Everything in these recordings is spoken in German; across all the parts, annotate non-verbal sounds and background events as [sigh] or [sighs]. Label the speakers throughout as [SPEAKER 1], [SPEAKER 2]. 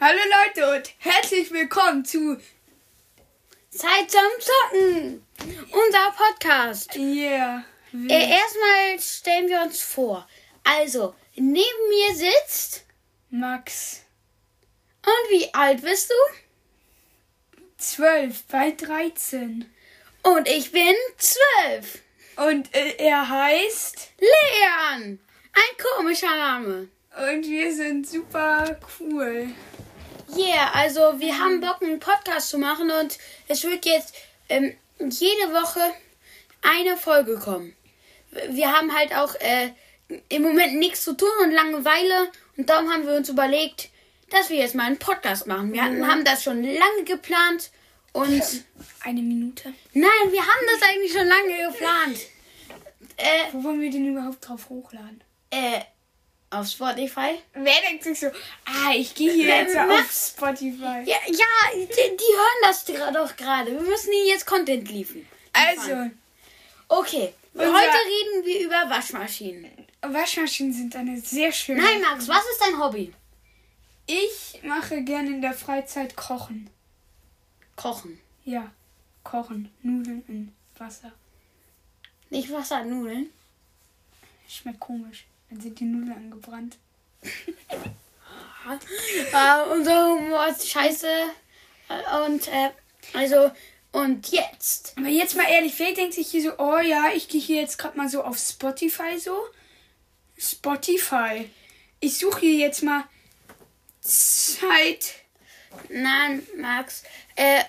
[SPEAKER 1] Hallo Leute und herzlich willkommen zu
[SPEAKER 2] Zeit zum Zocken. Unser Podcast.
[SPEAKER 1] Yeah.
[SPEAKER 2] Äh, erstmal stellen wir uns vor. Also, neben mir sitzt.
[SPEAKER 1] Max
[SPEAKER 2] Und wie alt bist du?
[SPEAKER 1] 12 bei 13
[SPEAKER 2] Und ich bin zwölf.
[SPEAKER 1] und äh, er heißt
[SPEAKER 2] Leon. Ein komischer Name.
[SPEAKER 1] und wir sind super cool.
[SPEAKER 2] Yeah, also wir haben Bock, einen Podcast zu machen und es wird jetzt ähm, jede Woche eine Folge kommen. Wir haben halt auch äh, im Moment nichts zu tun und Langeweile und darum haben wir uns überlegt, dass wir jetzt mal einen Podcast machen. Wir hatten, haben das schon lange geplant und
[SPEAKER 1] Eine Minute.
[SPEAKER 2] nein, wir haben das eigentlich schon lange geplant. Äh,
[SPEAKER 1] Wo wollen wir den überhaupt drauf hochladen?
[SPEAKER 2] äh, auf Spotify?
[SPEAKER 1] Wer denkt sich so, ah, ich gehe hier jetzt auf Spotify.
[SPEAKER 2] Ja, ja, die, die hören das gra- doch gerade. Wir müssen ihnen jetzt Content liefern.
[SPEAKER 1] Also,
[SPEAKER 2] Okay,
[SPEAKER 1] Unser-
[SPEAKER 2] heute reden wir über Waschmaschinen.
[SPEAKER 1] Waschmaschinen sind eine sehr schöne.
[SPEAKER 2] Nein, Max, was ist dein Hobby?
[SPEAKER 1] Ich mache gerne in der Freizeit kochen.
[SPEAKER 2] Kochen.
[SPEAKER 1] Ja, kochen, Nudeln in Wasser.
[SPEAKER 2] Nicht Wasser, Nudeln.
[SPEAKER 1] Schmeckt komisch. Dann sind die Nudeln angebrannt.
[SPEAKER 2] [laughs] Äh, unser Humor ist scheiße. Äh, Und, äh, also, und jetzt.
[SPEAKER 1] Aber jetzt mal ehrlich, wer denkt sich hier so, oh ja, ich gehe hier jetzt gerade mal so auf Spotify so? Spotify. Ich suche hier jetzt mal Zeit.
[SPEAKER 2] Nein, Max. Äh,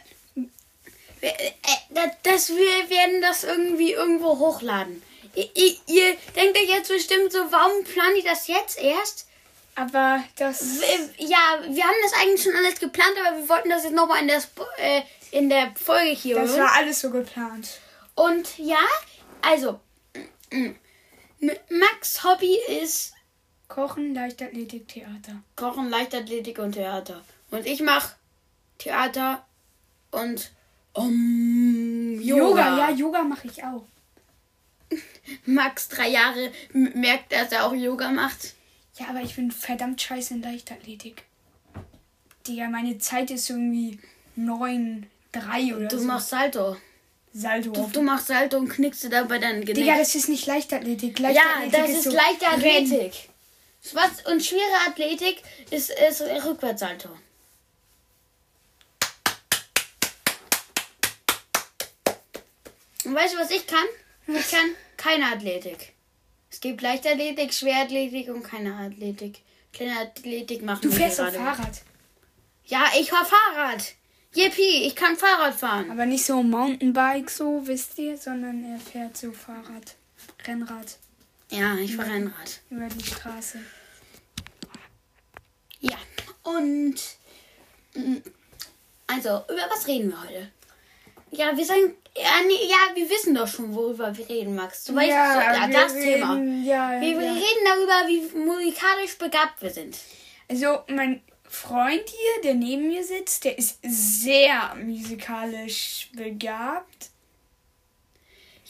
[SPEAKER 2] wir- äh, das, das, wir werden das irgendwie irgendwo hochladen. Ihr, ihr, ihr denkt euch jetzt bestimmt so, warum planen die das jetzt erst?
[SPEAKER 1] Aber das.
[SPEAKER 2] Wir- Ja, wir haben das eigentlich schon alles geplant, aber wir wollten das jetzt nochmal in, der Spo- äh, in der Folge hier
[SPEAKER 1] Das
[SPEAKER 2] hören.
[SPEAKER 1] war alles so geplant.
[SPEAKER 2] Und ja, also, m- m- Max Hobby ist
[SPEAKER 1] Kochen, Leichtathletik, Theater.
[SPEAKER 2] Kochen, Leichtathletik und Theater. Und ich mache Theater und ähm, Yoga.
[SPEAKER 1] Yoga, ja, Yoga mache ich auch.
[SPEAKER 2] Max, drei Jahre, m- merkt, dass er auch Yoga macht.
[SPEAKER 1] Ja, aber ich bin verdammt scheiße in Leichtathletik. Digga, meine Zeit ist irgendwie 9, 3 oder
[SPEAKER 2] Du
[SPEAKER 1] so.
[SPEAKER 2] machst Salto.
[SPEAKER 1] Salto.
[SPEAKER 2] Du, du machst Salto und knickst dir dabei dein Genick.
[SPEAKER 1] Digga, das ist nicht Leichtathletik.
[SPEAKER 2] ja,
[SPEAKER 1] Leichtathletik
[SPEAKER 2] das ist,
[SPEAKER 1] so
[SPEAKER 2] leichte Athletik. Was, und schwere Athletik ist, ist Rückwärtssalto. Und weißt du, was ich kann? Ich kann keine Athletik. Es gibt Leichtathletik, Schwerathletik und keine Athletik. Kleine Athletik macht
[SPEAKER 1] Du fährst auf Fahrrad.
[SPEAKER 2] Ja, ich fahr Fahrrad. Yippie, ich kann Fahrrad fahren.
[SPEAKER 1] Aber nicht so Mountainbike, so, wisst ihr, sondern er fährt so Fahrrad, Rennrad
[SPEAKER 2] Ja, ich
[SPEAKER 1] Mhm.
[SPEAKER 2] fahr Rennrad.
[SPEAKER 1] über die Straße.
[SPEAKER 2] Ja, und mm, also, über was reden wir heute? Ja, wir sagen, ja, nee, ja, wir wissen doch schon, worüber wir reden, Max. Zum Beispiel so, ja,
[SPEAKER 1] wir
[SPEAKER 2] das Thema.
[SPEAKER 1] reden- Ja,
[SPEAKER 2] Wir, wir
[SPEAKER 1] ja.
[SPEAKER 2] reden darüber, wie musikalisch begabt wir sind.
[SPEAKER 1] Also, mein Freund hier, der neben mir sitzt, der ist sehr musikalisch begabt.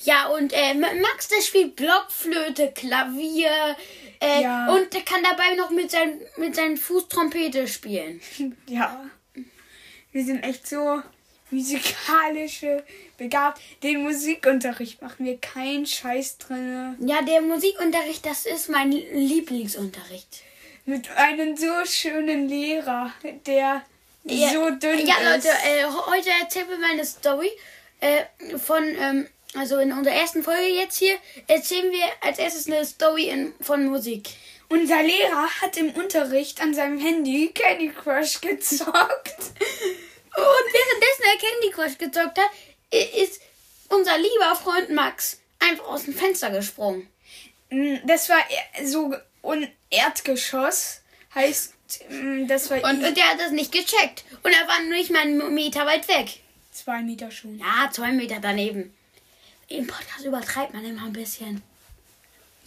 [SPEAKER 2] Ja, und äh, M- Max, der spielt Blockflöte, Klavier äh,
[SPEAKER 1] Ja.
[SPEAKER 2] und der kann dabei noch mit, sein, mit seinem Fuß Trompete spielen.
[SPEAKER 1] Ja. Wir sind echt so musikalische begabt. Den Musikunterricht machen wir keinen Scheiß drinne.
[SPEAKER 2] Ja, der Musikunterricht, das ist mein Lieblingsunterricht.
[SPEAKER 1] Mit einem so schönen Lehrer, der
[SPEAKER 2] Ja,
[SPEAKER 1] so dünn
[SPEAKER 2] Ja,
[SPEAKER 1] ist.
[SPEAKER 2] Leute, äh, ho- heute erzählen wir mal eine Story äh, von, ähm, also in unserer ersten Folge jetzt hier, erzählen wir als erstes eine Story in, von Musik.
[SPEAKER 1] Unser Lehrer hat im Unterricht an seinem Handy Candy Crush [laughs] gezockt.
[SPEAKER 2] Und währenddessen er Candy Crush gezockt hat, i- ist unser lieber Freund Max einfach aus dem Fenster gesprungen.
[SPEAKER 1] Mm, Das war e- so ein Erdgeschoss. Heißt, mm, das war
[SPEAKER 2] Und, und der hat das nicht gecheckt. Und er war nicht mal einen Meter weit weg.
[SPEAKER 1] zwei Meter schon.
[SPEAKER 2] Ja, zwei Meter daneben. Im Podcast übertreibt man immer ein bisschen.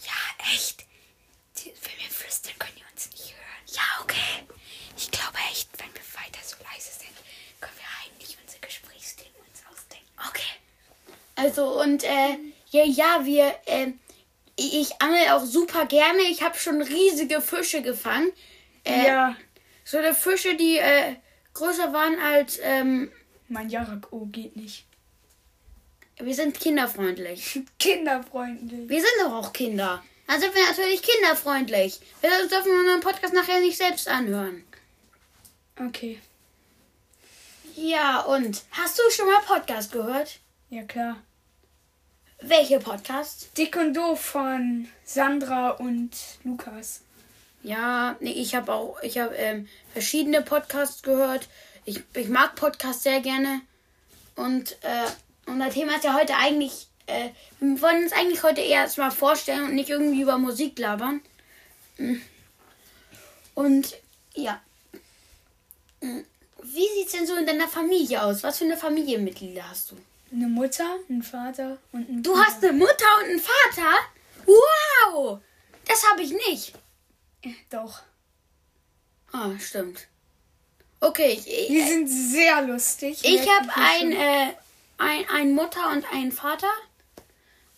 [SPEAKER 1] Ja, echt. Die- Wenn wir flüstern, können die uns nicht hören.
[SPEAKER 2] Ja, okay.
[SPEAKER 1] Ich glaube echt, wenn wir weiter so leise sind, können wir heimlich unsere Gesprächsthemen uns ausdenken.
[SPEAKER 2] Okay. Also und äh, ja, ja, wir, äh, ich ich angel auch super gerne. Ich habe schon riesige Fische gefangen. Äh,
[SPEAKER 1] ja,
[SPEAKER 2] So eine Fische, die äh, größer waren als. Ähm,
[SPEAKER 1] Mein Jarak, oh, geht nicht.
[SPEAKER 2] wir sind kinderfreundlich.
[SPEAKER 1] Kinderfreundlich.
[SPEAKER 2] Wir sind doch auch Kinder. Dann sind wir natürlich kinderfreundlich. Wir dürfen unseren Podcast nachher nicht selbst anhören.
[SPEAKER 1] Okay.
[SPEAKER 2] Ja, und hast du schon mal Podcast gehört?
[SPEAKER 1] Ja, klar.
[SPEAKER 2] Welche Podcasts?
[SPEAKER 1] Dick und Doof von Sandra und Lukas.
[SPEAKER 2] Ja, nee, ich habe auch, ich habe ähm, verschiedene Podcasts gehört. Ich, ich mag Podcasts sehr gerne. Und äh, unser Thema ist ja heute eigentlich, äh, wir wollen uns eigentlich heute eher erstmal vorstellen und nicht irgendwie über Musik labern. Mm. Und ja. Mm. Wie sieht's denn so in deiner Familie aus? Was für eine Familienmitglieder hast du?
[SPEAKER 1] Eine Mutter, ein Vater und ein
[SPEAKER 2] Du hast eine Mutter und einen Vater? Wow! Das habe ich nicht.
[SPEAKER 1] Doch.
[SPEAKER 2] Ah, stimmt. Okay, ich,
[SPEAKER 1] Wir
[SPEAKER 2] ich,
[SPEAKER 1] sind sehr lustig.
[SPEAKER 2] ich habe
[SPEAKER 1] Merkt
[SPEAKER 2] ein,
[SPEAKER 1] man schon.
[SPEAKER 2] äh, ein, ein Mutter und einen Vater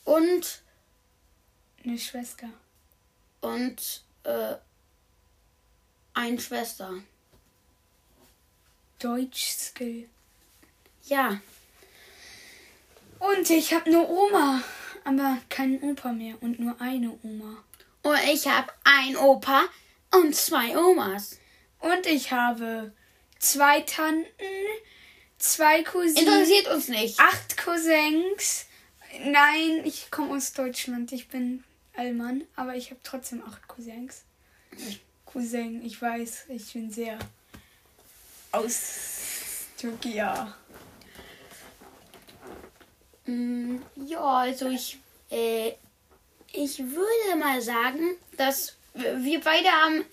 [SPEAKER 2] und
[SPEAKER 1] Eine Schwester.
[SPEAKER 2] und äh, eine Schwester.
[SPEAKER 1] Deutsch-Skill.
[SPEAKER 2] Ja,
[SPEAKER 1] Und ich habe eine Oma, aber keinen Opa mehr und nur eine Oma.
[SPEAKER 2] und ich habe ein Opa und zwei Omas.
[SPEAKER 1] Und ich habe zwei Tanten, zwei Cousinen,
[SPEAKER 2] Interessiert uns nicht.
[SPEAKER 1] acht Cousins. Nein, ich komme aus Deutschland, ich bin Allmann, aber ich habe trotzdem acht Cousins. Cousin, ich weiß, ich bin sehr aus Türkei.
[SPEAKER 2] Mm, Ja, also ich, äh, ich würde mal sagen, dass w- wir beide haben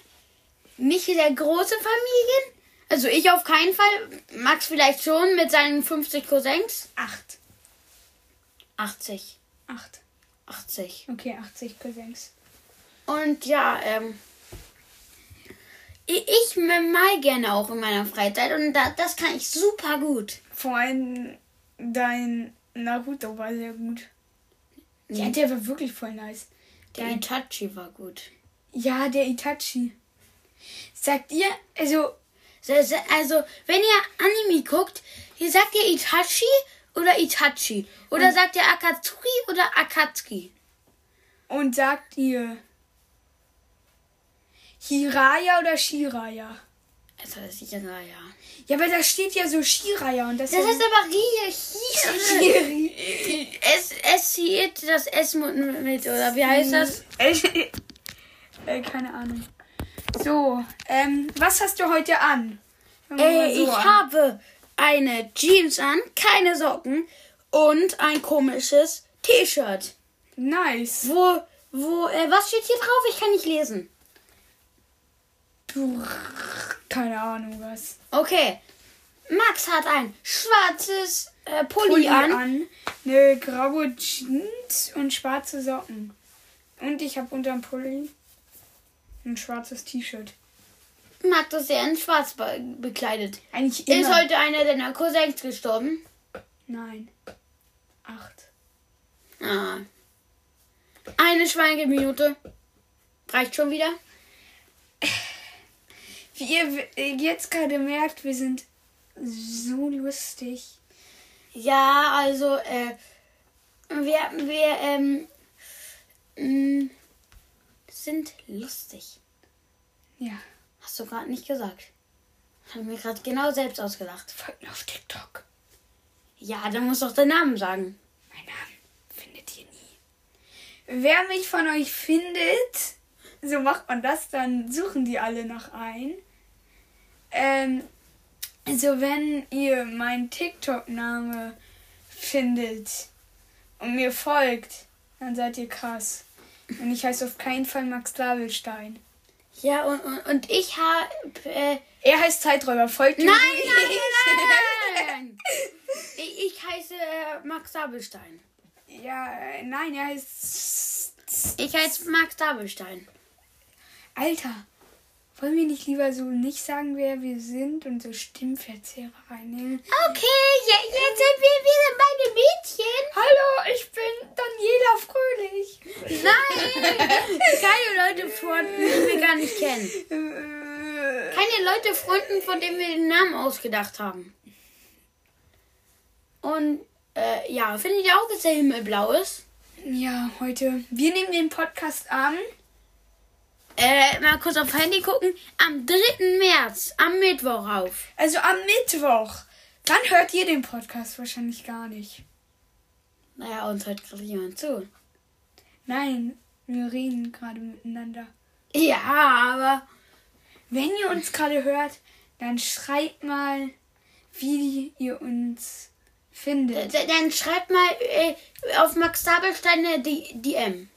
[SPEAKER 2] nicht sehr große Familien. Also ich auf keinen Fall. Max vielleicht schon mit seinen 50 Cousins.
[SPEAKER 1] Acht.
[SPEAKER 2] 80.
[SPEAKER 1] Acht.
[SPEAKER 2] 80.
[SPEAKER 1] Okay, 80 Cousins.
[SPEAKER 2] Und ja, ähm. i- Ich mal gerne auch in meiner Freizeit und da, das kann ich super gut.
[SPEAKER 1] Vor allem dein Naruto war sehr gut. Ja,
[SPEAKER 2] Mhm.
[SPEAKER 1] der war wirklich voll nice.
[SPEAKER 2] Der
[SPEAKER 1] Dein-
[SPEAKER 2] Itachi war gut.
[SPEAKER 1] Ja, der Itachi. Sagt ihr, also,
[SPEAKER 2] Se- se- Also, wenn ihr Anime guckt, hier sagt ihr Itachi oder Itachi. Oder sagt ihr Akatsuki oder Akatsuki.
[SPEAKER 1] und sagt ihr Hiraya oder Shiraya?
[SPEAKER 2] Also, das ist ja, ja.
[SPEAKER 1] Ja, weil da steht ja so Shiraya und das,
[SPEAKER 2] Das
[SPEAKER 1] ja-
[SPEAKER 2] heißt aber Rie, Rie. Es, es zieht das S mit, mit, [laughs] oder wie heißt das?
[SPEAKER 1] Äh, äh, keine Ahnung. So, ähm, was hast du heute an? Fangen wir mal
[SPEAKER 2] Äh,
[SPEAKER 1] so
[SPEAKER 2] ich
[SPEAKER 1] an.
[SPEAKER 2] habe eine Jeans an, keine Socken und ein komisches T-Shirt.
[SPEAKER 1] Nice.
[SPEAKER 2] Wo, wo, äh, was steht hier drauf? Ich kann nicht lesen.
[SPEAKER 1] Du, keine Ahnung was.
[SPEAKER 2] Okay. Max hat ein schwarzes äh, Pulli,
[SPEAKER 1] Pulli
[SPEAKER 2] an.
[SPEAKER 1] an, eine graue Jeans und schwarze Socken. Und ich habe unterm Pulli ein schwarzes T-Shirt.
[SPEAKER 2] Max ist sehr in schwarz be bekleidet.
[SPEAKER 1] Eigentlich
[SPEAKER 2] Ist
[SPEAKER 1] immer.
[SPEAKER 2] heute einer deiner Cousins gestorben?
[SPEAKER 1] Nein. Acht.
[SPEAKER 2] Ah. Eine Schweigeminute. Reicht schon wieder?
[SPEAKER 1] Wie ihr w- äh, jetzt gerade merkt, wir sind so lustig.
[SPEAKER 2] Ja, also, äh, wir, wir, ähm, mh, sind lustig.
[SPEAKER 1] Ja.
[SPEAKER 2] Hast du gerade nicht gesagt. Haben wir gerade genau selbst ausgedacht.
[SPEAKER 1] Folgt mir auf TikTok.
[SPEAKER 2] Ja, dann musst du auch deinen Namen sagen.
[SPEAKER 1] Mein Name findet ihr nie. Wer mich von euch findet, so macht man das, dann suchen die alle nach ein. Ähm, also wenn ihr meinen TikTok-Name findet und mir folgt, dann seid ihr krass. Und ich heiße auf keinen Fall Max Labelstein.
[SPEAKER 2] Ja, und, und, und ich hab, äh,
[SPEAKER 1] Er heißt Zeiträuber, folgt
[SPEAKER 2] [laughs]
[SPEAKER 1] ihm.
[SPEAKER 2] Nein,
[SPEAKER 1] [laughs]
[SPEAKER 2] nein, nein, nein! Ich, ich heiße äh, Max Dabelstein.
[SPEAKER 1] Ja, äh, nein, er heißt...
[SPEAKER 2] Ich heiße Max Dabelstein.
[SPEAKER 1] Alter, wollen wir nicht lieber so nicht sagen, wer wir sind und so Stimmverzehrer reinnehmen?
[SPEAKER 2] Okay, je- jetzt sind wir wieder bei den Mädchen.
[SPEAKER 1] Hallo, ich bin Daniela Fröhlich.
[SPEAKER 2] Nein! Keine Leute vor, die wir gar nicht kennen.
[SPEAKER 1] Äh,
[SPEAKER 2] keine Leute freunden, von denen wir den Namen ausgedacht haben. Und äh, ja, findet ihr auch, dass der Himmel blau ist?
[SPEAKER 1] Ja, heute. Wir nehmen den Podcast an.
[SPEAKER 2] Äh, mal kurz auf Handy gucken. Am 3. März, am Mittwoch auf.
[SPEAKER 1] Also am Mittwoch. Dann hört ihr den Podcast wahrscheinlich gar nicht.
[SPEAKER 2] Naja, uns hört gerade jemand zu.
[SPEAKER 1] Nein, wir reden gerade miteinander.
[SPEAKER 2] Ja, aber
[SPEAKER 1] Wenn ihr uns gerade hört, dann schreibt mal, wie ihr uns
[SPEAKER 2] d-
[SPEAKER 1] findet.
[SPEAKER 2] d- dann schreibt mal äh, auf Max Sabelstein eine D- DM.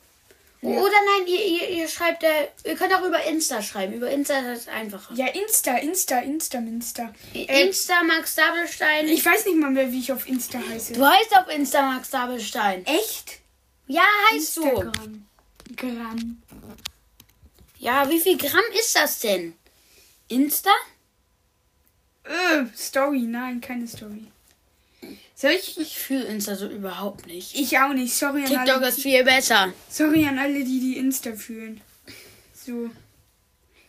[SPEAKER 2] Oder nein, ihr, ihr, ihr schreibt, äh, ihr könnt auch über Insta schreiben. Über Insta ist das einfacher.
[SPEAKER 1] Ja, Insta, Insta, Insta, Insta. Äh,
[SPEAKER 2] Insta Max Sabelstein.
[SPEAKER 1] ich weiß nicht mal mehr, wie ich auf Insta heiße.
[SPEAKER 2] Du heißt auf Insta Max Sabelstein.
[SPEAKER 1] Echt?
[SPEAKER 2] Ja, heißt du.
[SPEAKER 1] Instagram. Gramm.
[SPEAKER 2] Ja, wie viel Gramm ist das denn? Insta?
[SPEAKER 1] Äh, Story, nein, keine Story. Soll ich?
[SPEAKER 2] Ich fühle Insta so überhaupt nicht.
[SPEAKER 1] Ich auch nicht. Sorry an,
[SPEAKER 2] TikTok
[SPEAKER 1] alle,
[SPEAKER 2] ist viel besser.
[SPEAKER 1] sorry an alle, die die Insta fühlen. So.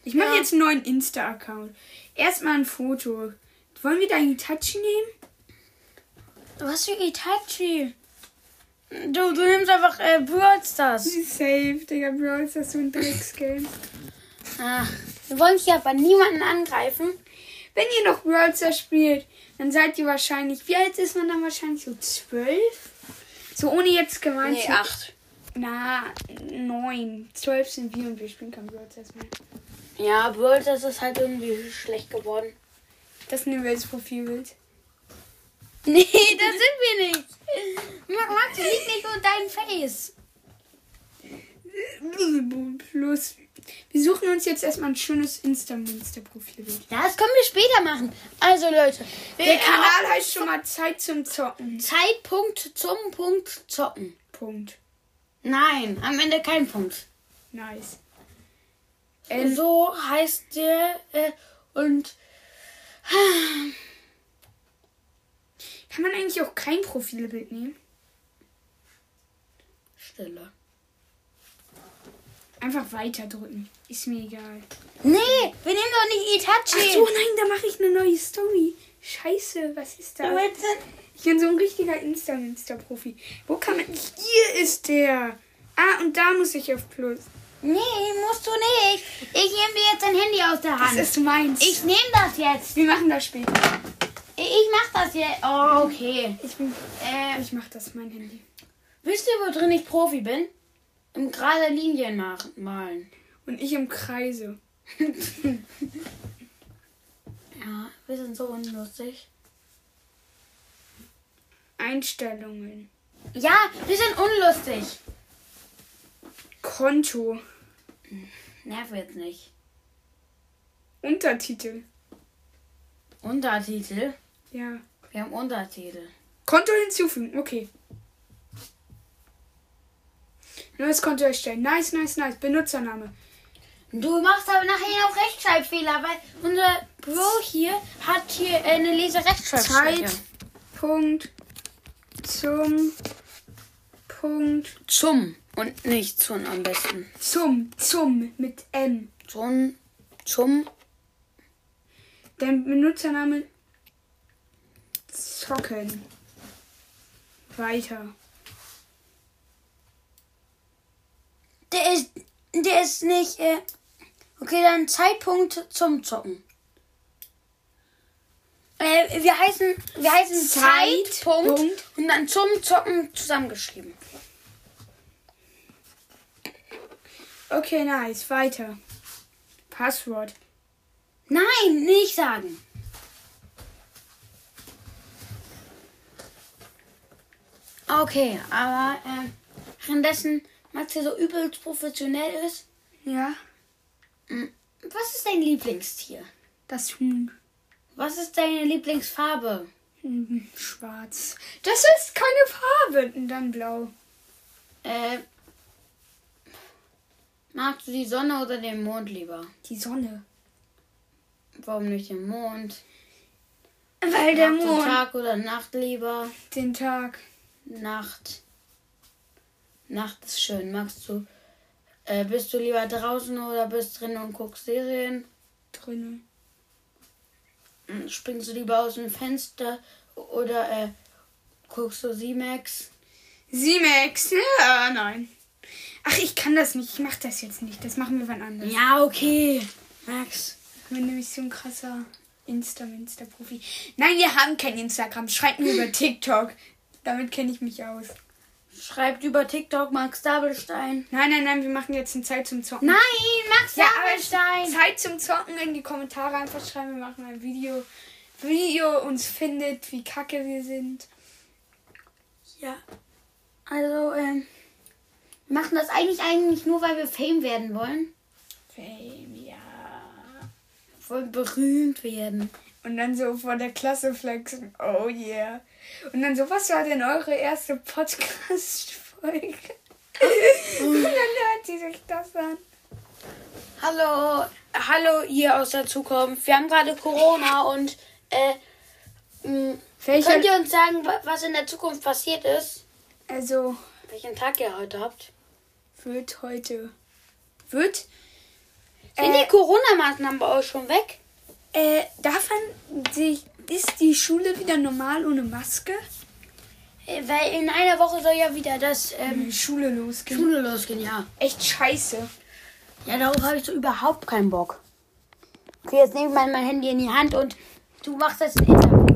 [SPEAKER 1] Ich mache
[SPEAKER 2] Ja.
[SPEAKER 1] jetzt einen neuen Insta-Account. Erstmal ein Foto. Wollen wir deinen Touch nehmen?
[SPEAKER 2] Was für Itachi? Du, du nimmst einfach äh, Brawl Stars.
[SPEAKER 1] Safe, Digga, Bro, ist das so ein Drecksgame.
[SPEAKER 2] Ah, wir wollen hier aber niemanden angreifen.
[SPEAKER 1] Wenn ihr noch Brawl Stars spielt, dann seid ihr wahrscheinlich, wie alt ist man dann wahrscheinlich? So zwölf? So ohne jetzt gemeint zu-
[SPEAKER 2] acht.
[SPEAKER 1] Na, neun. Zwölf sind wir und wir spielen kein Brawl Stars mehr.
[SPEAKER 2] Ja, Brawl Stars ist halt irgendwie schlecht geworden.
[SPEAKER 1] Das nehmen wir als Profilbild.
[SPEAKER 2] [laughs] Nee, das sind wir nicht. Max, Max liegt nicht unter deinem Face.
[SPEAKER 1] Plus. Wir suchen uns jetzt erstmal ein schönes Insta-Monster-Profilbild.
[SPEAKER 2] Ja, das können wir später machen. Also Leute,
[SPEAKER 1] Der Kanal heißt schon mal Zeit zum Zocken.
[SPEAKER 2] Zeitpunkt zum Punkt zocken.
[SPEAKER 1] Punkt.
[SPEAKER 2] Nein, am Ende kein Punkt.
[SPEAKER 1] Nice. Ähm,
[SPEAKER 2] so heißt der äh, und [sighs]
[SPEAKER 1] Kann man eigentlich auch kein Profilbild nehmen?
[SPEAKER 2] Stille.
[SPEAKER 1] Einfach weiterdrücken. Ist mir egal.
[SPEAKER 2] Nee, wir nehmen doch nicht Itachi.
[SPEAKER 1] Ach so, nein, da mache ich eine neue Story. Scheiße, was ist
[SPEAKER 2] Du
[SPEAKER 1] da?
[SPEAKER 2] willst denn-
[SPEAKER 1] Ich bin so ein richtiger Insta-Insta-Profi. Wo kann man... Hier ist der. Ah, und da muss ich auf Plus.
[SPEAKER 2] Nee, musst du nicht. Ich nehme dir jetzt dein Handy aus der
[SPEAKER 1] Das
[SPEAKER 2] Hand.
[SPEAKER 1] ist meins.
[SPEAKER 2] Ich nehme das jetzt.
[SPEAKER 1] Wir machen das später.
[SPEAKER 2] Ich- Ich mach das jetzt. Oh, okay.
[SPEAKER 1] Ich, bin,
[SPEAKER 2] Äh,
[SPEAKER 1] ich mach das mein Handy.
[SPEAKER 2] wisst ihr, wo drin ich Profi bin? Im gerade Linien machen, malen.
[SPEAKER 1] Und ich im Kreise.
[SPEAKER 2] Ja, wir sind so unlustig.
[SPEAKER 1] Einstellungen.
[SPEAKER 2] Ja, wir sind unlustig.
[SPEAKER 1] Konto.
[SPEAKER 2] Nerv jetzt nicht.
[SPEAKER 1] Untertitel.
[SPEAKER 2] Untertitel?
[SPEAKER 1] Ja.
[SPEAKER 2] Wir haben Untertitel.
[SPEAKER 1] Konto hinzufügen. Okay. Neues Konto erstellen. Nice, nice, nice. Benutzername.
[SPEAKER 2] Du machst aber nachher auch Rechtschreibfehler, weil unser Bro hier hat hier äh, eine Leserechtschreibschwäche.
[SPEAKER 1] Zeit. Punkt. Zum. Punkt.
[SPEAKER 2] Zum und nicht zum am besten.
[SPEAKER 1] Zum. Zum. Mit M.
[SPEAKER 2] Zum, zum.
[SPEAKER 1] Dein Benutzername. Zocken. Weiter.
[SPEAKER 2] Der ist, der ist nicht. Äh, okay, dann Zeitpunkt zum Zocken. Äh, wir heißen, wir heißen
[SPEAKER 1] Zeitpunkt.
[SPEAKER 2] Zeitpunkt und dann zum Zocken zusammengeschrieben.
[SPEAKER 1] Okay, nice. Weiter. Passwort.
[SPEAKER 2] Nein, nicht sagen. Okay, aber ähm, währenddessen Max hier so übelst professionell ist.
[SPEAKER 1] Ja.
[SPEAKER 2] hm, Was ist dein Lieblingstier?
[SPEAKER 1] Das Huhn.
[SPEAKER 2] Was ist deine Lieblingsfarbe?
[SPEAKER 1] Mhm, Schwarz. Das ist keine Farbe. Und dann blau.
[SPEAKER 2] Äh, magst du die Sonne oder den Mond lieber?
[SPEAKER 1] Die Sonne.
[SPEAKER 2] Warum nicht den Mond?
[SPEAKER 1] Weil Äh, der
[SPEAKER 2] magst du
[SPEAKER 1] Mond.
[SPEAKER 2] Tag oder Nacht lieber?
[SPEAKER 1] Den Tag.
[SPEAKER 2] Nacht. Nacht ist schön. Magst du. Äh, bist du lieber draußen oder bist drin und guckst Serien?
[SPEAKER 1] Drinnen.
[SPEAKER 2] Hm, Springst du lieber aus dem Fenster oder äh, guckst du Simax?
[SPEAKER 1] Simex, ja, nein. Ach, ich kann das nicht. Ich mach das jetzt nicht. Das machen wir wann anders.
[SPEAKER 2] Ja, okay. Max.
[SPEAKER 1] Ich bin nämlich so ein krasser Insta-Minster-Profi. Nein, wir haben kein Instagram. Schreibt mir über TikTok. Damit kenne ich mich aus.
[SPEAKER 2] Schreibt über TikTok Max Dabelstein.
[SPEAKER 1] Nein, nein, nein, wir machen jetzt eine Zeit zum Zocken.
[SPEAKER 2] Nein, Max
[SPEAKER 1] Ja, aber
[SPEAKER 2] Dabelstein.
[SPEAKER 1] Zeit zum Zocken in die Kommentare einfach schreiben. Wir machen ein Video, wie ihr uns findet, wie kacke wir sind.
[SPEAKER 2] Ja. Also, ähm, wir machen das eigentlich eigentlich nur, weil wir Fame werden wollen.
[SPEAKER 1] Fame, ja.
[SPEAKER 2] Wir wollen berühmt werden.
[SPEAKER 1] Und dann so vor der Klasse flexen. Oh yeah. Und dann so, was war denn eure erste Podcast-Folge?
[SPEAKER 2] [laughs]
[SPEAKER 1] Und dann hört sie sich das an.
[SPEAKER 2] Hallo, hallo ihr aus der Zukunft. Wir haben gerade Corona und äh, mh,
[SPEAKER 1] Welcher-
[SPEAKER 2] könnt ihr uns sagen, wa- was in der Zukunft passiert ist?
[SPEAKER 1] Also,
[SPEAKER 2] Welchen Tag ihr heute habt?
[SPEAKER 1] wird heute. Wird?
[SPEAKER 2] Sind
[SPEAKER 1] Äh,
[SPEAKER 2] die Corona-Maßnahmen bei euch schon weg?
[SPEAKER 1] Äh, darf man sich. Ist die Schule wieder normal ohne Maske?
[SPEAKER 2] Äh, Weil in einer Woche soll ja wieder das ähm,
[SPEAKER 1] Die Schule losgehen.
[SPEAKER 2] Schule losgehen, ja.
[SPEAKER 1] Echt scheiße.
[SPEAKER 2] Ja, darauf habe ich so überhaupt keinen Bock. Okay, jetzt nehme ich mal mein Handy in die Hand und du machst jetzt ein Interview.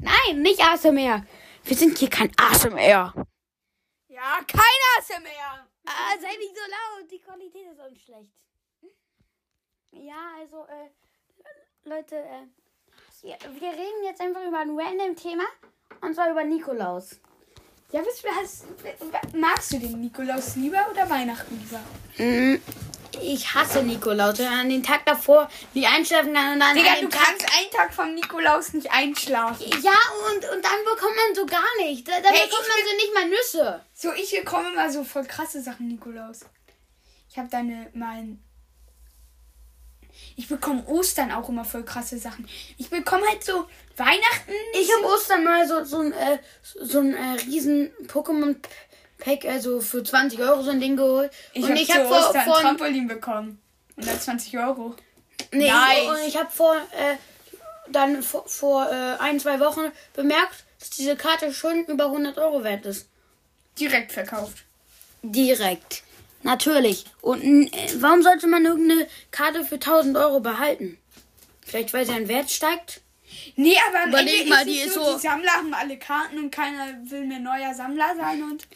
[SPEAKER 2] Nein, nicht ASMR. Wir sind hier kein ASMR.
[SPEAKER 1] Ja, keiner ist mehr.
[SPEAKER 2] Ah, sei nicht so laut, die Qualität ist uns schlecht. Ja, also, äh, Leute, äh, wir, wir reden jetzt einfach über ein random Thema und zwar über Nikolaus.
[SPEAKER 1] Ja, was, was, was magst du den Nikolaus lieber oder Weihnachten lieber?
[SPEAKER 2] Mhm. Ich hasse Nikolaus. Und An den Tag davor, die einschlafen kann und dann.
[SPEAKER 1] Digga,
[SPEAKER 2] an
[SPEAKER 1] du
[SPEAKER 2] dem
[SPEAKER 1] kannst einen Tag vom Nikolaus nicht einschlafen.
[SPEAKER 2] Ja, und, und dann bekommt man so gar nicht. Da, dann
[SPEAKER 1] Hey,
[SPEAKER 2] bekommt
[SPEAKER 1] ich
[SPEAKER 2] man so nicht mal Nüsse.
[SPEAKER 1] So, ich bekomme immer so voll krasse Sachen, Nikolaus. Ich habe deine mein. Ich bekomme Ostern auch immer voll krasse Sachen. Ich bekomme halt so Weihnachten.
[SPEAKER 2] Ich habe Ostern mal so, so ein, äh, so ein äh, riesen Pokémon-Pack, also für 20 Euro so ein Ding geholt.
[SPEAKER 1] ich
[SPEAKER 2] und
[SPEAKER 1] habe
[SPEAKER 2] ich
[SPEAKER 1] hab
[SPEAKER 2] habe
[SPEAKER 1] zu
[SPEAKER 2] vor,
[SPEAKER 1] Ostern
[SPEAKER 2] vor
[SPEAKER 1] ein Trampolin bekommen. 120 Euro.
[SPEAKER 2] Nee,
[SPEAKER 1] Nice.
[SPEAKER 2] und ich habe vor, äh, dann vor, vor äh, ein, zwei Wochen bemerkt, dass diese Karte schon über 100 Euro wert ist.
[SPEAKER 1] Direkt verkauft.
[SPEAKER 2] Direkt. Natürlich. Und n- äh, warum sollte man irgendeine Karte für 1000 Euro behalten? Vielleicht, weil sein Wert steigt?
[SPEAKER 1] Nee, aber am
[SPEAKER 2] Überleg
[SPEAKER 1] Ende ist
[SPEAKER 2] mal,
[SPEAKER 1] es
[SPEAKER 2] die ist
[SPEAKER 1] so,
[SPEAKER 2] so-
[SPEAKER 1] die Sammler haben alle Karten und keiner will mehr neuer Sammler sein und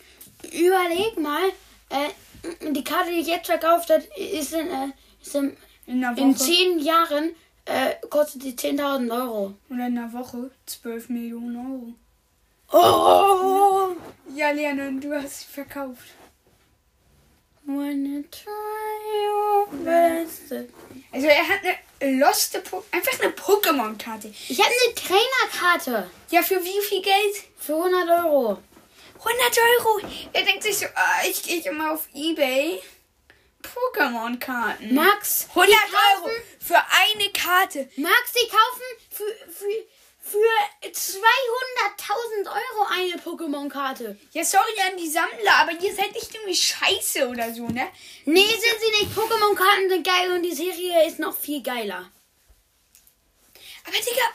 [SPEAKER 2] Überleg mal, äh, die Karte, die ich jetzt verkauft habe, ist in, äh, ist in,
[SPEAKER 1] in einer
[SPEAKER 2] in
[SPEAKER 1] Woche
[SPEAKER 2] 10 Jahren äh, kostet die 10.000 Euro.
[SPEAKER 1] oder in einer Woche 12 Millionen Euro.
[SPEAKER 2] Oh!
[SPEAKER 1] Ja, Leon, du hast sie verkauft.
[SPEAKER 2] Wanna try your best.
[SPEAKER 1] Also er hat eine loste, po einfach eine Pokémon-Karte.
[SPEAKER 2] Ich habe eine Trainerkarte
[SPEAKER 1] Ja, für wie viel Geld?
[SPEAKER 2] für 100 Euro.
[SPEAKER 1] 100 Euro. Er denkt sich so, ah, ich gehe immer auf Ebay. Pokémon-Karten.
[SPEAKER 2] Max,
[SPEAKER 1] 100
[SPEAKER 2] kaufen-
[SPEAKER 1] Euro für eine Karte.
[SPEAKER 2] Max, die kaufen für, für, für 200.000 Euro eine Pokémon-Karte.
[SPEAKER 1] Ja, sorry an die Sammler, aber ihr seid nicht irgendwie scheiße oder so, ne?
[SPEAKER 2] Nee, sind sie nicht. Pokémon-Karten sind geil und die Serie ist noch viel geiler.
[SPEAKER 1] Aber Digga.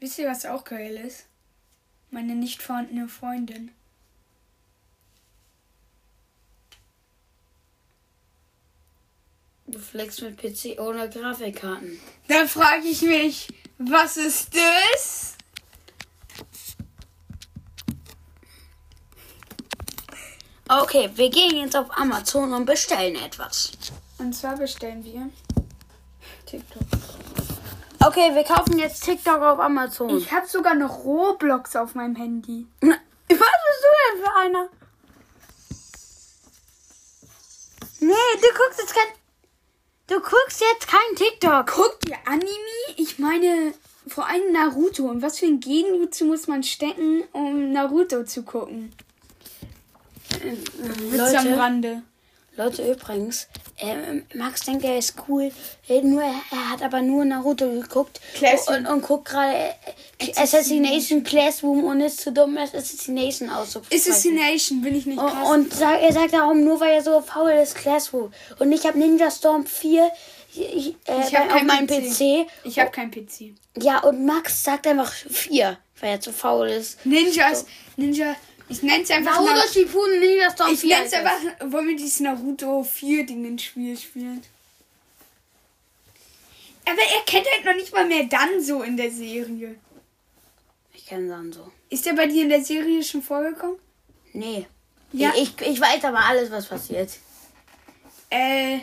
[SPEAKER 1] Wisst ihr, was auch geil ist? Meine nicht vorhandene Freundin.
[SPEAKER 2] Du flexst mit PC ohne Grafikkarten.
[SPEAKER 1] Da frage ich mich, was ist das?
[SPEAKER 2] Okay, wir gehen jetzt auf Amazon und bestellen etwas.
[SPEAKER 1] Und zwar bestellen wir TikTok.
[SPEAKER 2] Okay, wir kaufen jetzt TikTok auf Amazon.
[SPEAKER 1] Ich habe sogar noch Roblox auf meinem Handy.
[SPEAKER 2] [laughs] Was bist du denn für einer? [laughs] Nee, du guckst jetzt kein. Du guckst jetzt kein TikTok.
[SPEAKER 1] Guckt ihr Anime? Ich meine, vor allem Naruto. Und was für ein Genjutsu muss man stecken, um Naruto zu gucken? Witz am
[SPEAKER 2] Leute,
[SPEAKER 1] Rande.
[SPEAKER 2] Leute übrigens, ähm, Max denkt, er ist cool. äh, Nur, er hat aber nur Naruto geguckt.
[SPEAKER 1] Classroom.
[SPEAKER 2] Und, und guckt gerade äh, Assassination Classroom und ist zu dumm, das Assassination auszuprobieren.
[SPEAKER 1] Assassination, bin ich nicht
[SPEAKER 2] Oh,
[SPEAKER 1] krass.
[SPEAKER 2] Und, und sag, er sagt darum, nur weil er so faul ist, Classroom. Und ich habe Ninja Storm 4 ich, äh,
[SPEAKER 1] Ich hab
[SPEAKER 2] auf
[SPEAKER 1] keinen
[SPEAKER 2] meinem
[SPEAKER 1] PC.
[SPEAKER 2] PC.
[SPEAKER 1] Ich habe kein PC.
[SPEAKER 2] Ja, und Max sagt einfach vier, weil er zu faul ist.
[SPEAKER 1] Ninjas, Ninja. Ich nenne es einfach.
[SPEAKER 2] Naruto
[SPEAKER 1] Na-
[SPEAKER 2] Shippuden Ninja Storm
[SPEAKER 1] ich
[SPEAKER 2] 4.
[SPEAKER 1] nenne es einfach, wollen wir dieses Naruto 4 Ding ins Spiel spielen. Aber er kennt halt noch nicht mal mehr Danzo in der Serie.
[SPEAKER 2] Ich kenne Sanso.
[SPEAKER 1] Ist der bei dir in der Serie schon vorgekommen?
[SPEAKER 2] Nee.
[SPEAKER 1] Ja.
[SPEAKER 2] Ich, ich, ich weiß aber alles, was passiert.
[SPEAKER 1] Äh,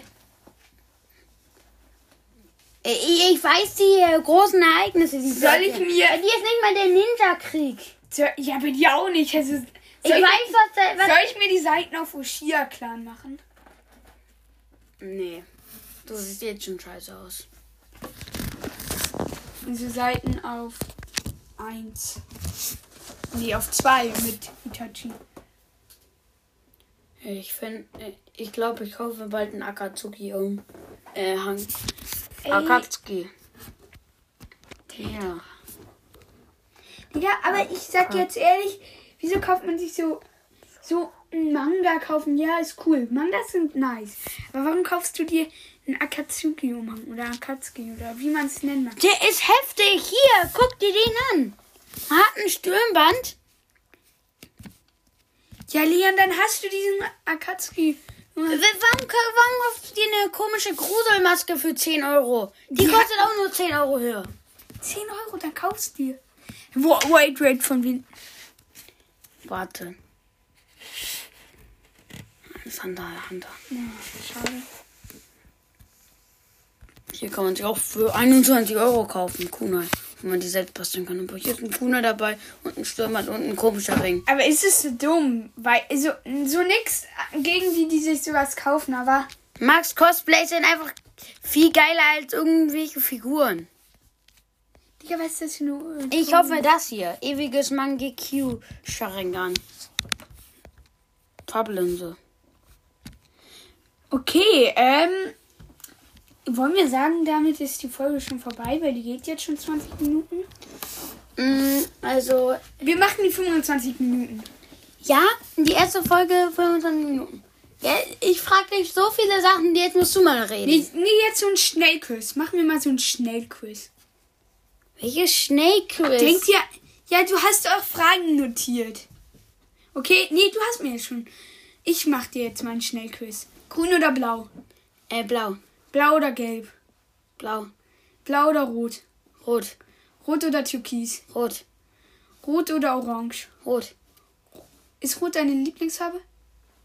[SPEAKER 2] Äh, Ich, ich weiß die äh, großen Ereignisse. Die
[SPEAKER 1] Soll ich mir-
[SPEAKER 2] Bei dir ist nicht mal der Ninja-Krieg.
[SPEAKER 1] soll, ja, bei dir auch nicht. Also, soll,
[SPEAKER 2] Ich weiß, was... Der, was
[SPEAKER 1] soll ich mir die Seiten auf Ushia Clan machen?
[SPEAKER 2] Nee. Das sieht jetzt schon scheiße aus.
[SPEAKER 1] Diese Seiten auf 1. Nee, auf 2 mit Itachi.
[SPEAKER 2] Äh, Ich finde... Ich glaube, ich kaufe bald einen Akatsuki um. Äh, Hang...
[SPEAKER 1] Ey.
[SPEAKER 2] Ah, Akatsuki. Ja.
[SPEAKER 1] Digga, aber ich sag jetzt ehrlich, wieso kauft man sich so so ein Manga kaufen? Ja, ist cool. Mangas sind nice. Aber warum kaufst du dir einen Akatsuki Umhang oder Akatsuki oder wie man es nennen mag?
[SPEAKER 2] Der ist heftig. Hier, guck dir den an. Man hat ein Stirnband.
[SPEAKER 1] Ja, Leon, dann hast du diesen Akatsuki
[SPEAKER 2] W-
[SPEAKER 1] Umhang.
[SPEAKER 2] Warum, ka- warum kaufst du dir eine komische Gruselmaske für 10 Euro? Die
[SPEAKER 1] Ja.
[SPEAKER 2] kostet auch nur 10 Euro höher.
[SPEAKER 1] 10 Euro, dann kaufst du dir. Wo- Wait, wait, von wem?
[SPEAKER 2] Warte. Sandal, Hunter.
[SPEAKER 1] Schade.
[SPEAKER 2] Hier kann man sich auch für 21 Euro kaufen, Kunai. Wenn man die selbst basteln kann. Und hier ist ein Kunai dabei und ein Stürmer und ein komischer Ring.
[SPEAKER 1] Aber ist es so dumm? Weil, also, so nix gegen die, die sich sowas kaufen, aber
[SPEAKER 2] Max Cosplays sind einfach viel geiler als irgendwelche Figuren.
[SPEAKER 1] Digga, was ist das für eine
[SPEAKER 2] Ich hoffe das hier. Ewiges Mangekyu Sharingan. Farblinse.
[SPEAKER 1] Okay, ähm. Wollen wir sagen, damit ist die Folge schon vorbei, weil die geht jetzt schon 20 Minuten?
[SPEAKER 2] Mm, also,
[SPEAKER 1] Wir machen die 25 Minuten.
[SPEAKER 2] ja, die erste Folge 25 Minuten. Ja, ich frage dich so viele Sachen, die jetzt musst du mal reden.
[SPEAKER 1] Nee, nee, jetzt so ein Schnellquiz. Machen wir mal so ein Schnellquiz.
[SPEAKER 2] Welches Schnellquiz?
[SPEAKER 1] Denkt ihr, ja, du hast auch Fragen notiert. Okay, nee, du hast mir ja schon. Ich mach dir jetzt mal ein Schnellquiz. Grün oder blau?
[SPEAKER 2] Äh, blau.
[SPEAKER 1] Blau oder gelb?
[SPEAKER 2] Blau.
[SPEAKER 1] Blau oder rot?
[SPEAKER 2] Rot.
[SPEAKER 1] Rot oder türkis?
[SPEAKER 2] Rot.
[SPEAKER 1] Rot oder orange?
[SPEAKER 2] Rot.
[SPEAKER 1] Ist rot deine Lieblingsfarbe?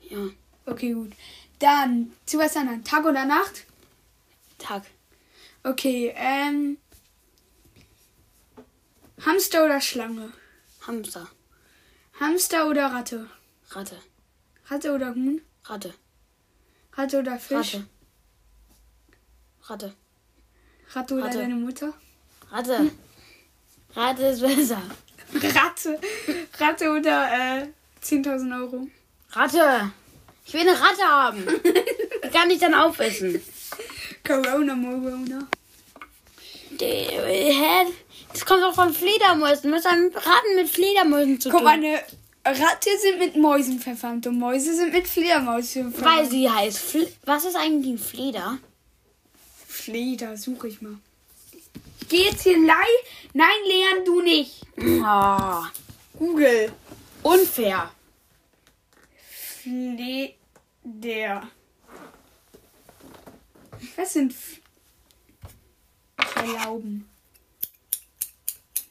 [SPEAKER 2] Ja.
[SPEAKER 1] Okay, gut. Dann zu was anderem. Tag oder Nacht?
[SPEAKER 2] Tag.
[SPEAKER 1] Okay, ähm. Hamster oder Schlange?
[SPEAKER 2] Hamster.
[SPEAKER 1] Hamster oder Ratte?
[SPEAKER 2] Ratte.
[SPEAKER 1] Ratte oder Huhn?
[SPEAKER 2] Ratte.
[SPEAKER 1] Ratte oder Fisch?
[SPEAKER 2] Ratte. Ratte.
[SPEAKER 1] Ratte oder
[SPEAKER 2] Ratte.
[SPEAKER 1] deine Mutter?
[SPEAKER 2] Ratte.
[SPEAKER 1] Hm.
[SPEAKER 2] Ratte ist besser.
[SPEAKER 1] Ratte. Ratte oder äh, 10.000 Euro.
[SPEAKER 2] Ratte. Ich will eine Ratte haben. Die kann ich dann aufessen.
[SPEAKER 1] Corona, Morona.
[SPEAKER 2] Die- Hä? Das kommt doch von Fledermäusen. Was hat Ratten mit Fledermäusen zu
[SPEAKER 1] Guck mal,
[SPEAKER 2] tun?
[SPEAKER 1] eine Ratte sind mit Mäusen verwandt und Mäuse sind mit Fledermäusen
[SPEAKER 2] Weil
[SPEAKER 1] verwandt.
[SPEAKER 2] sie heißt. Fl Was ist eigentlich ein Fleder?
[SPEAKER 1] Fleder, suche ich mal. Ich gehe jetzt hier live. Nein, Leon, du nicht.
[SPEAKER 2] Ah,
[SPEAKER 1] Google.
[SPEAKER 2] unfair.
[SPEAKER 1] Fleder. Was sind F Verlauben?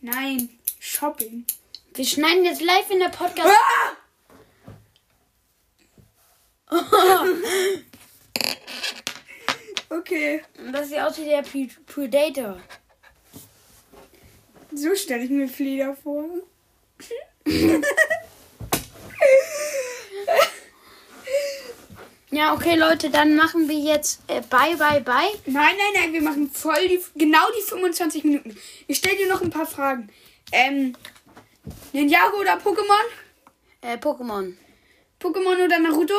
[SPEAKER 1] Nein, Shopping.
[SPEAKER 2] Wir schneiden jetzt live in der Podcast.
[SPEAKER 1] Ah! [laughs] Okay,
[SPEAKER 2] Das sieht aus wie der Pre Predator.
[SPEAKER 1] so stelle ich mir Fleder [laughs] vor.
[SPEAKER 2] Ja, okay, Leute, dann machen wir jetzt äh, Bye, Bye, Bye.
[SPEAKER 1] Nein, nein, nein, wir machen voll die, genau die 25 Minuten. Ich stelle dir noch ein paar Fragen. Ähm, Ninjago oder Pokémon?
[SPEAKER 2] Äh, Pokémon.
[SPEAKER 1] Pokémon oder Naruto?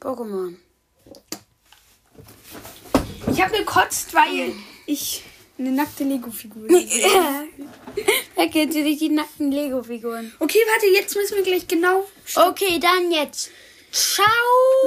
[SPEAKER 2] Pokémon.
[SPEAKER 1] Ich habe gekotzt, weil ich eine nackte Lego-Figur sehe.
[SPEAKER 2] Da kennt ihr nicht die nackten Lego-Figuren.
[SPEAKER 1] Okay, warte, jetzt müssen wir gleich genau
[SPEAKER 2] Okay, dann jetzt. Ciao.